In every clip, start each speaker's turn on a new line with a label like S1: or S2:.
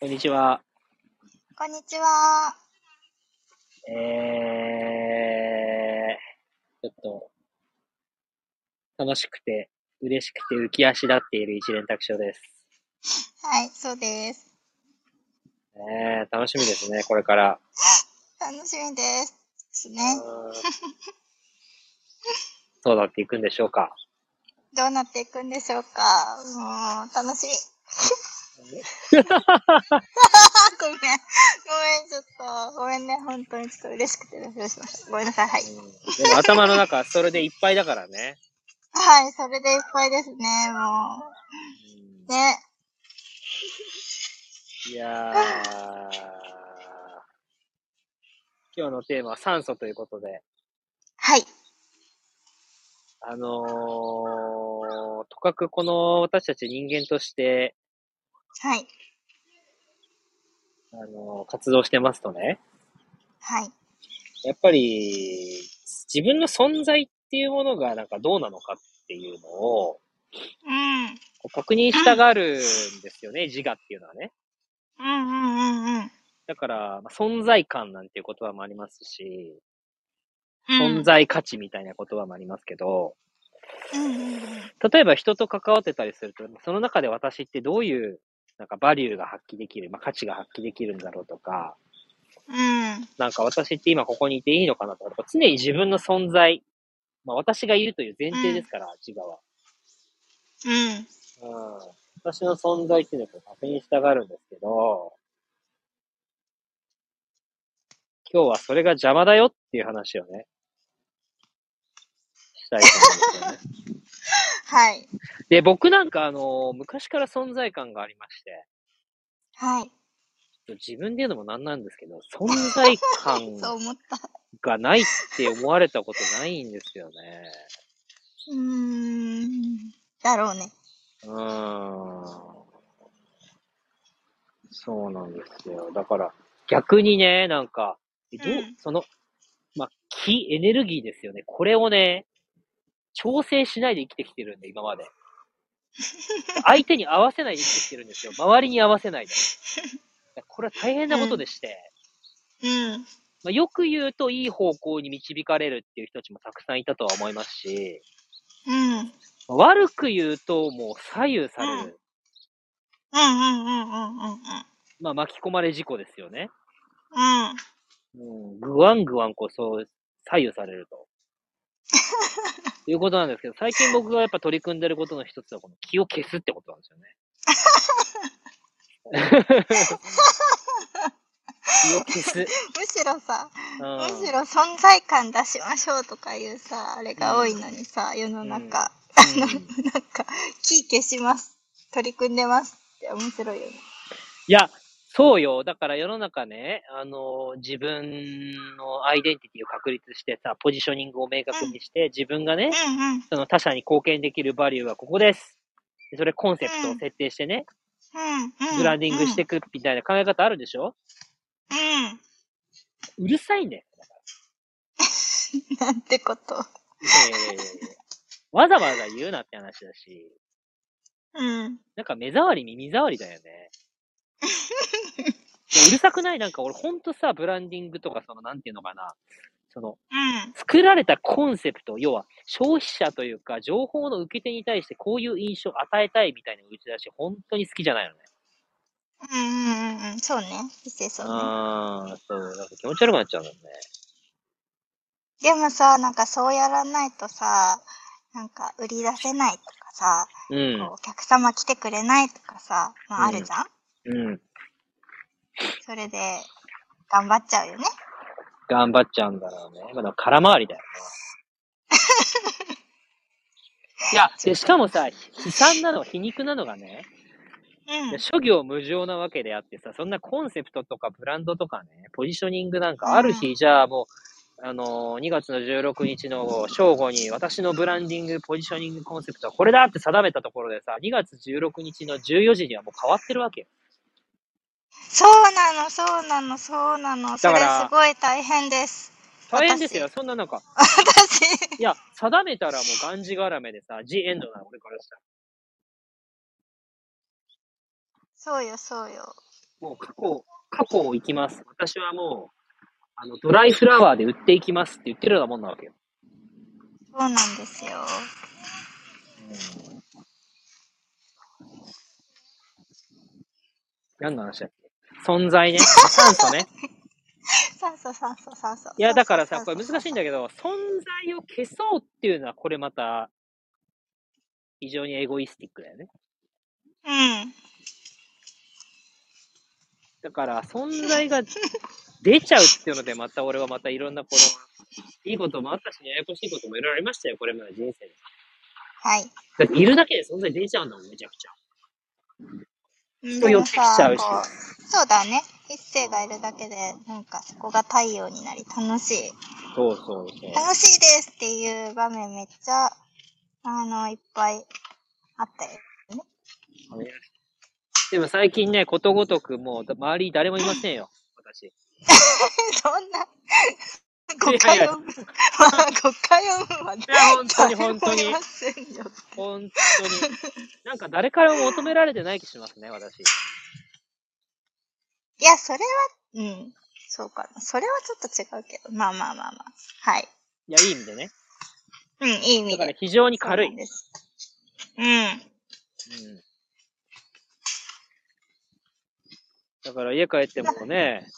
S1: こんにちは。
S2: こんにちは。
S1: えー、ちょっと、楽しくて、嬉しくて浮き足立っている一連卓章です。
S2: はい、そうです。
S1: えー、楽しみですね、これから。
S2: 楽しみです。です
S1: う
S2: ね。
S1: ーんどうなっていくんでしょうか。
S2: どうなっていくんでしょうか。もう、楽しみ。ごめん。ごめん、ちょっと。ごめんね。本当にちょっと嬉しくて、どうしました。ごめんなさい。はい
S1: うん。でも頭の中、それでいっぱいだからね。
S2: はい、それでいっぱいですね。も
S1: うん
S2: う。ね。
S1: いやー、今日のテーマは酸素ということで、
S2: はい。
S1: あのー、とかくこの私たち人間として、
S2: はい。
S1: あのー活動してますとね、
S2: はい。
S1: やっぱり自分の存在っていうものがなんかどうなのかっていうのを
S2: うん。
S1: こう確認したがるんですよね、自我っていうのはね。
S2: うんうんうんうん。
S1: だから、まあ存在感なんていう言葉もありますし、
S2: うん
S1: 存在価値みたいな言葉もありますけど、
S2: うんうんうん。
S1: 例えば人と関わってたりすると、その中で私ってどういう、なんかバリューが発揮できる、まあ、価値が発揮できるんだろうとか、
S2: うん。
S1: なんか私って今ここにいていいのかなとか、常に自分の存在、まあ、私がいるという前提ですから、自我は。
S2: うん。
S1: うん。私の存在っていうのを確認したがるんですけど、今日はそれが邪魔だよっていう話をね、したいと思うんですよね。
S2: はい。
S1: で、僕なんかあの、昔から存在感がありまして、
S2: はい。
S1: 自分で言うのもなんなんですけど、存在感
S2: そう思った。
S1: がないって思われたことないんですよね。
S2: うーん。だろうね。
S1: うーん。そうなんですよ。だから、逆にね、なんか、えどう
S2: うん
S1: その、まあ、気、エネルギーですよね。これをね、調整しないで生きてきてるんで、今 まで。相手に合わせないで生きてきてるんですよ。周りに合わせないで。これは大変なことでして。
S2: うん。
S1: まあ、よく言うといい方向に導かれるっていう人たちもたくさんいたとは思いますし、
S2: うん。うん
S1: まあ悪く言うともう左右される。
S2: うんうんうんうんうん。
S1: まあ、巻き込まれ事故ですよね。
S2: うん。
S1: うん、ぐわんぐわんこうそう左右されると。いうことなんですけど、最近僕がやっぱ取り組んでることの一つは、この気を消すってことなんですよね。気を消す。
S2: むしろさ、
S1: うん
S2: むしろ存在感出しましょうとかいうさ、あれが多いのにさ、世の中、
S1: うん
S2: なんか、気消します。取り組んでますって面白いよね。
S1: いや、そうよ。だから世の中ね、あのー、自分のアイデンティティを確立してさ、ポジショニングを明確にして、自分がね、
S2: うんうん。
S1: その他者に貢献できるバリューはここです。でそれコンセプトを
S2: うん
S1: 設定してね、
S2: うんうん。
S1: ブランディングしていくみたいな考え方あるでしょ
S2: うん。
S1: うるさいんだよ。
S2: うん。なんてこと。
S1: いやいやいやいやわざわざ言うなって話だし、
S2: うん。
S1: なんか目障り耳障りだよ ね。いやうるさくないなんか俺ほんとさ、ブランディングとかその、なんていうのかな、その、
S2: うん。
S1: 作られたコンセプト、要は消費者というか、情報の受け手に対してこういう印象を与えたいみたいな打ち出し、本当に好きじゃないのね。
S2: うんうんうんうん。そうね。一斉そうね。
S1: ああ、そう、なんか気持ち悪くなっちゃうんだよね。
S2: でもさ、なんかそうやらないとさ、なんか売り出せないとかさ、こうお客様来てくれないとかさ、まあ、あるじゃん、
S1: うん。うん。
S2: それで頑張っちゃうよね。
S1: 頑張っちゃうんだろうね。まあ、でも空回りだよね。いや、で、しかもさ、悲惨なの、皮肉なのがね、
S2: うん。
S1: で諸行無常なわけであってさ、そんなコンセプトとかブランドとかね、ポジショニングなんかある日、じゃあもう、あのー2月の16日の正午に私のブランディング、ポジショニングコンセプトはこれだって定めたところでさ、2月16日の14時にはもう変わってるわけよ。
S2: そうなの、そうなの、そうなの。そ
S1: だか
S2: れ
S1: ら
S2: すごい大変です。
S1: 大変ですよ。そんななんか、
S2: 私。
S1: いや、定めたらもうがんじがらめでさ、ジエンドなの、俺からしたら。
S2: そうよ、そうよ。
S1: もう過去、過去を行きます。私はもう、あの、ドライフラワーで売っていきますって言ってるようなもんなわけよ。
S2: そうなんですよ。
S1: うん。何の話だっけ存在ね。酸素ね。
S2: 酸素酸素酸素。
S1: いや、だ からさ、これ難しいんだけど、存在を消そうっていうのは、これまた、非常にエゴイスティックだよね。
S2: うん。
S1: だから、存在が出ちゃうっていうので、また俺はまたいろんなこの、いいこともあったし、ややこしいこともいろいろありましたよ、これまで人生で。
S2: はい。
S1: だっているだけで存在出ちゃうんだもん、めちゃくちゃ。
S2: うん
S1: 人寄ってきちゃうし
S2: でもさこうそうだね。一星がいるだけで、なんかそこが太陽になり楽しい。
S1: そうそうそう。
S2: 楽しいですっていう場面めっちゃ、あの、いっぱいあったよ。
S1: でも最近ね、ことごとくもう、周り誰もいませんよ、私。
S2: そんな、誤解を生む。まあ、誤解を生むわね。
S1: いや本当に本当に
S2: 誰もいませんよ
S1: 本当に。なんか誰からも求められてない気しますね、私。
S2: いや、それは、うん、そうかな。それはちょっと違うけど、まあまあまあまあ。はい。
S1: いや、いい意味でね。
S2: うん、いい意味
S1: だから
S2: で。
S1: 非常に軽い。。
S2: そううんです。うん。
S1: だから家帰ってもね、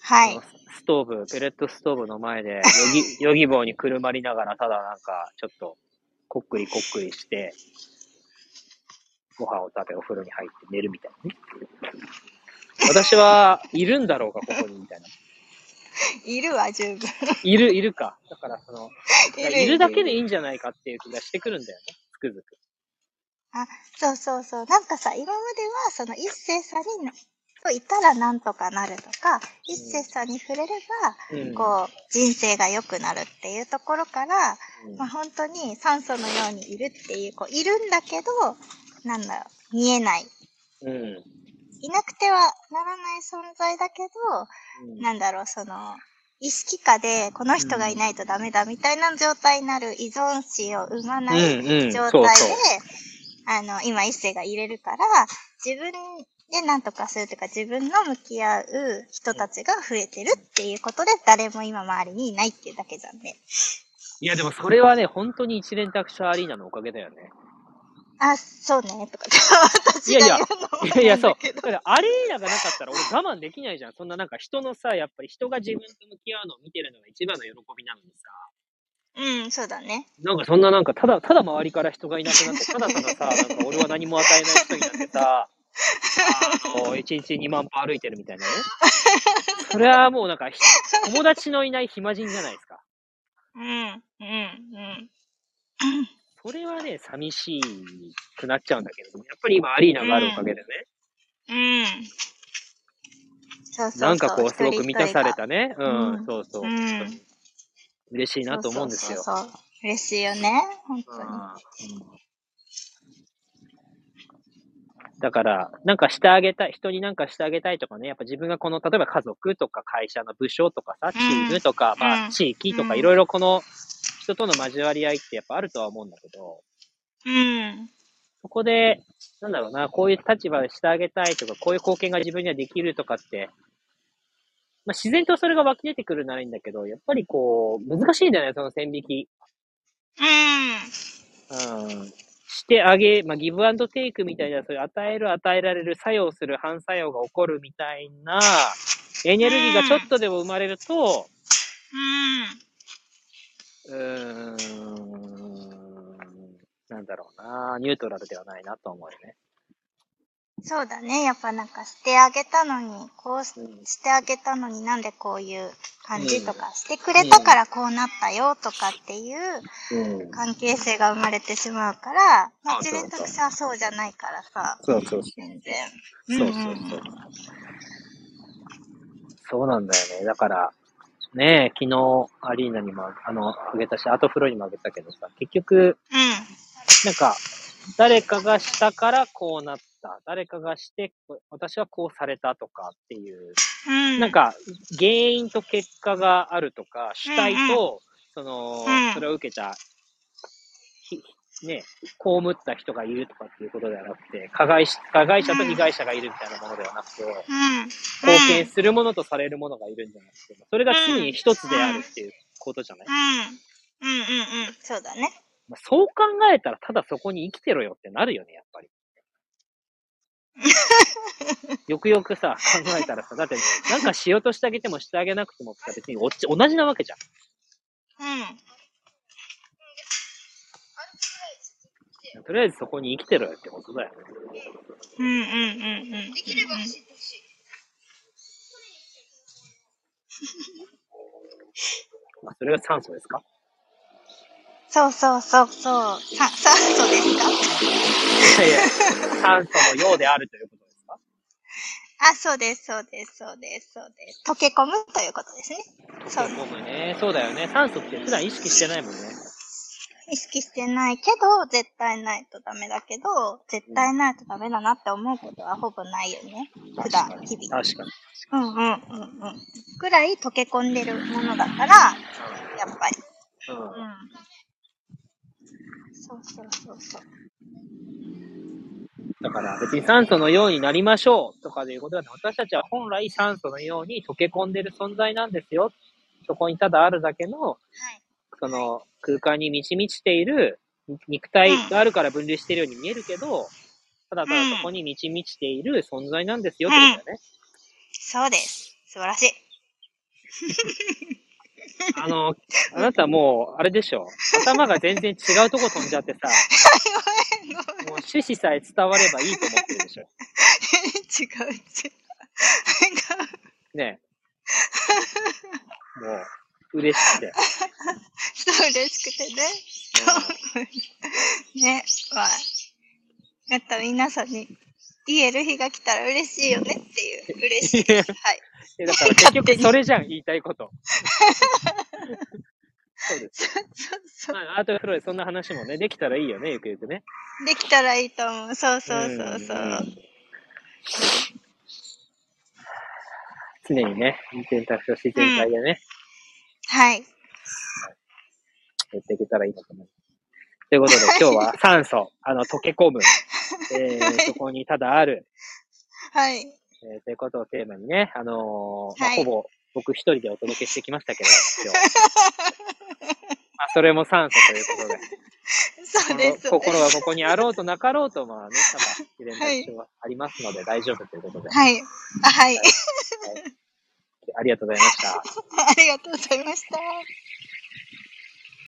S2: はい。
S1: ストーブ、ペレットストーブの前で、ヨギ、 ヨギ棒にくるまりながら、ただなんか、ちょっと、こっくりこっくりして、ご飯を食べ、お風呂に入って寝るみたいなね。私はいるんだろうか、ここに、みたいな。
S2: いるわ、十分。
S1: いる、いるか。だから、その、い
S2: い
S1: るだけでいいんじゃないかっていう気がしてくるんだよね、つくづく。
S2: そうそうそう。なんかさ、今までは、その、一星さんにな、そういたらなんとかなるとか、一星さんに触れれ
S1: うん
S2: ば、こう、人生が良くなるっていうところから、
S1: うん
S2: まあ、本当に酸素のようにいるっていう、こう、いるんだけど、なんだろう、見えない。
S1: うん。
S2: いなくてはならない存在だけ
S1: うん
S2: ど、なんだろう、その、意識下でこの人がいないとダメだみたいな状態になる依存心を生まな
S1: う
S2: い
S1: んうん、
S2: 状
S1: そ
S2: 態で、
S1: うそう。
S2: あの、今一世が入れるから、自分で何とかするというか、自分の向き合う人たちが増えてるっていうことで、誰も今周りにいないっていうだけじゃんね。
S1: いや、でもそれはね、本当に一連卓車アリーナのおかげだよね。
S2: あ、そうね、とか、私が言うのも
S1: いやいや、
S2: な
S1: そ
S2: んだけ
S1: う。だ
S2: ど
S1: から、アリーナがなかったら俺我慢できないじゃん。そんななんか人のさ、やっぱり人が自分と向き合うのを見てるのが一番の喜びなのにさ。
S2: うん、そうだね。
S1: なんかそんななんか、ただ、ただ周りから人がいなくなって、ただたださ、なんか俺は何も与えない人になって さ、あの、1日2万歩歩いてるみたいなね。それはもうなんか、ひ友達のいない暇人じゃないですか。
S2: うん、うん、うん。
S1: それはね、寂しくなっちゃうんだけれども、やっぱり今アリーナがあるおかげでね。
S2: うん。そうそうそう
S1: なんかこう、すごく満たされ。
S2: 一人一人が
S1: たね。う、
S2: うんん
S1: そうそう
S2: う。ん。
S1: 嬉しいなと思うんですよ。
S2: そうそうそう嬉しいよね、本当に。
S1: うんだから、なんかしてあげたい、人になんかしてあげたいとかね、やっぱ自分がこの、例えば家族とか会社の部署とかさ、チームとか、ま
S2: う
S1: あ、
S2: ん
S1: 地域とか、
S2: うん
S1: いろいろこの人との交わり合いってやっぱあるとは思うんだけど、
S2: うん。
S1: そこで、なんだろうな、こういう立場でしてあげたいとか、こういう貢献が自分にはできるとかって、まあ、自然とそれが湧き出てくるならいいんだけど、やっぱりこう、難しいんだよね、その線引き。
S2: うん。
S1: うん。してあげ、まあ、ギブアンドテイクみたいな、そういう与える、与えられる、作用する、反作用が起こるみたいな、エネルギーがちょっとでも生まれると、
S2: うん。
S1: うーん、なんだろうな、ニュートラルではないなと思うよね。
S2: そうだね。やっぱなんかしてあげたのに、こうし
S1: うん
S2: してあげたのになんでこういう感
S1: うん
S2: じとか、してくれたからこうなったよとかっていう
S1: うん。
S2: 関係性が生まれてしまうから、まあ、
S1: あ
S2: 自
S1: そうそう
S2: 然とはそうじゃないからさ、
S1: そうそう
S2: 全然。
S1: そうそうそう。そうなんだよね。だから、ねえ、昨日、アリーナにも、あの、あげたし、アートフローにもあげたけどさ、結局、
S2: うん。
S1: なんか、誰かがしたからこうなった。誰かがして、私はこうされたとかっていう。
S2: う ん。
S1: なん、か、原因と結果があるとか、主体と、その
S2: うん、
S1: それを受けた、ひね、被った人がいるとかっていうことではなくて、加害し加害者と被害者がいるみたいなものではなくて、
S2: うん。
S1: 貢献するものとされるものがいるんじゃなくて、それが常に一つであるっていうことじゃない、
S2: うん。うんうんうん。そうだね。
S1: まあそう考えたら、ただそこに生きてろよってなるよね、やっぱり。よくよくさ、考えたらさ、だって、なんかしようとしてあげてもしてあげなくてもさ、別におっち同じなわけじゃん。
S2: う
S1: とりあえずそこに生きてろよってことだよね。
S2: ん。うんうんうんうん。できれば走ってほ
S1: まあ、それが酸素ですか
S2: そうそうそうそう。さ、酸素ですか
S1: いやいや酸素のようであるということですか
S2: あ、そうです、そうです、そうです、そうです。溶け込むということですね。そう
S1: そうだね。そうだよね。酸素って普段意識してないもんね。
S2: 意識してないけど、絶対ないとダメだけど、絶対ないとダメだなって思うことはほぼないよね。普段、日々。
S1: 確かに。
S2: うんうんうんうん。ぐらい溶け込んでるものだから、やっぱり。
S1: うんうん
S2: うん。そうそうそうそう。
S1: だから別に酸素のようになりましょうとかでいうことは、私たちは本来酸素のように溶け込んでる存在なんですよ。そこにただあるだけの、その空間に満ち満ちている肉体があるから分類しているように見えるけど、ただただそこに満ち満ちている存在なんですよってことだよね。
S2: そうです。素晴らしい。
S1: あの、あなたもう、あれでしょ。頭が全然違うとこ飛んじゃ ってさ、
S2: ごめん、
S1: も
S2: ごめん。
S1: う趣旨さえ伝わればいいと思ってるでしょ。
S2: 違う、違う。なんか、
S1: ねえ。もう、嬉しくて。
S2: そう嬉しくてね。ね、まあ、やっと皆さんに言える日が来たら嬉しいよねっていう、嬉しい です。はい。
S1: えだから結局それじゃん、言いたいこと。 そうです。
S2: そうそ
S1: まあ、アートフローでそんな話もね、できたらいいよね、ゆくゆくね。
S2: う。できたらいいと思う。そうそうそうそう。
S1: ん常にね、運転タクシー全体でね、
S2: はい。
S1: やっていけたらいいなと思います。という ことで、今日は酸素、あの、溶け込む、えーそこにただある、
S2: はい。
S1: えーということをテーマにね、あのーまあ
S2: はい
S1: ほぼ僕一人でお届けしてきましたけれども、今 日は。まあ、それも酸素ということで。
S2: そうです。そうです
S1: 心はここにあろうとなかろうと、まあね、ただ、イベントはありますので大丈夫ということで、
S2: はい。あはい。
S1: ありがとうございました。
S2: ありがとうございました。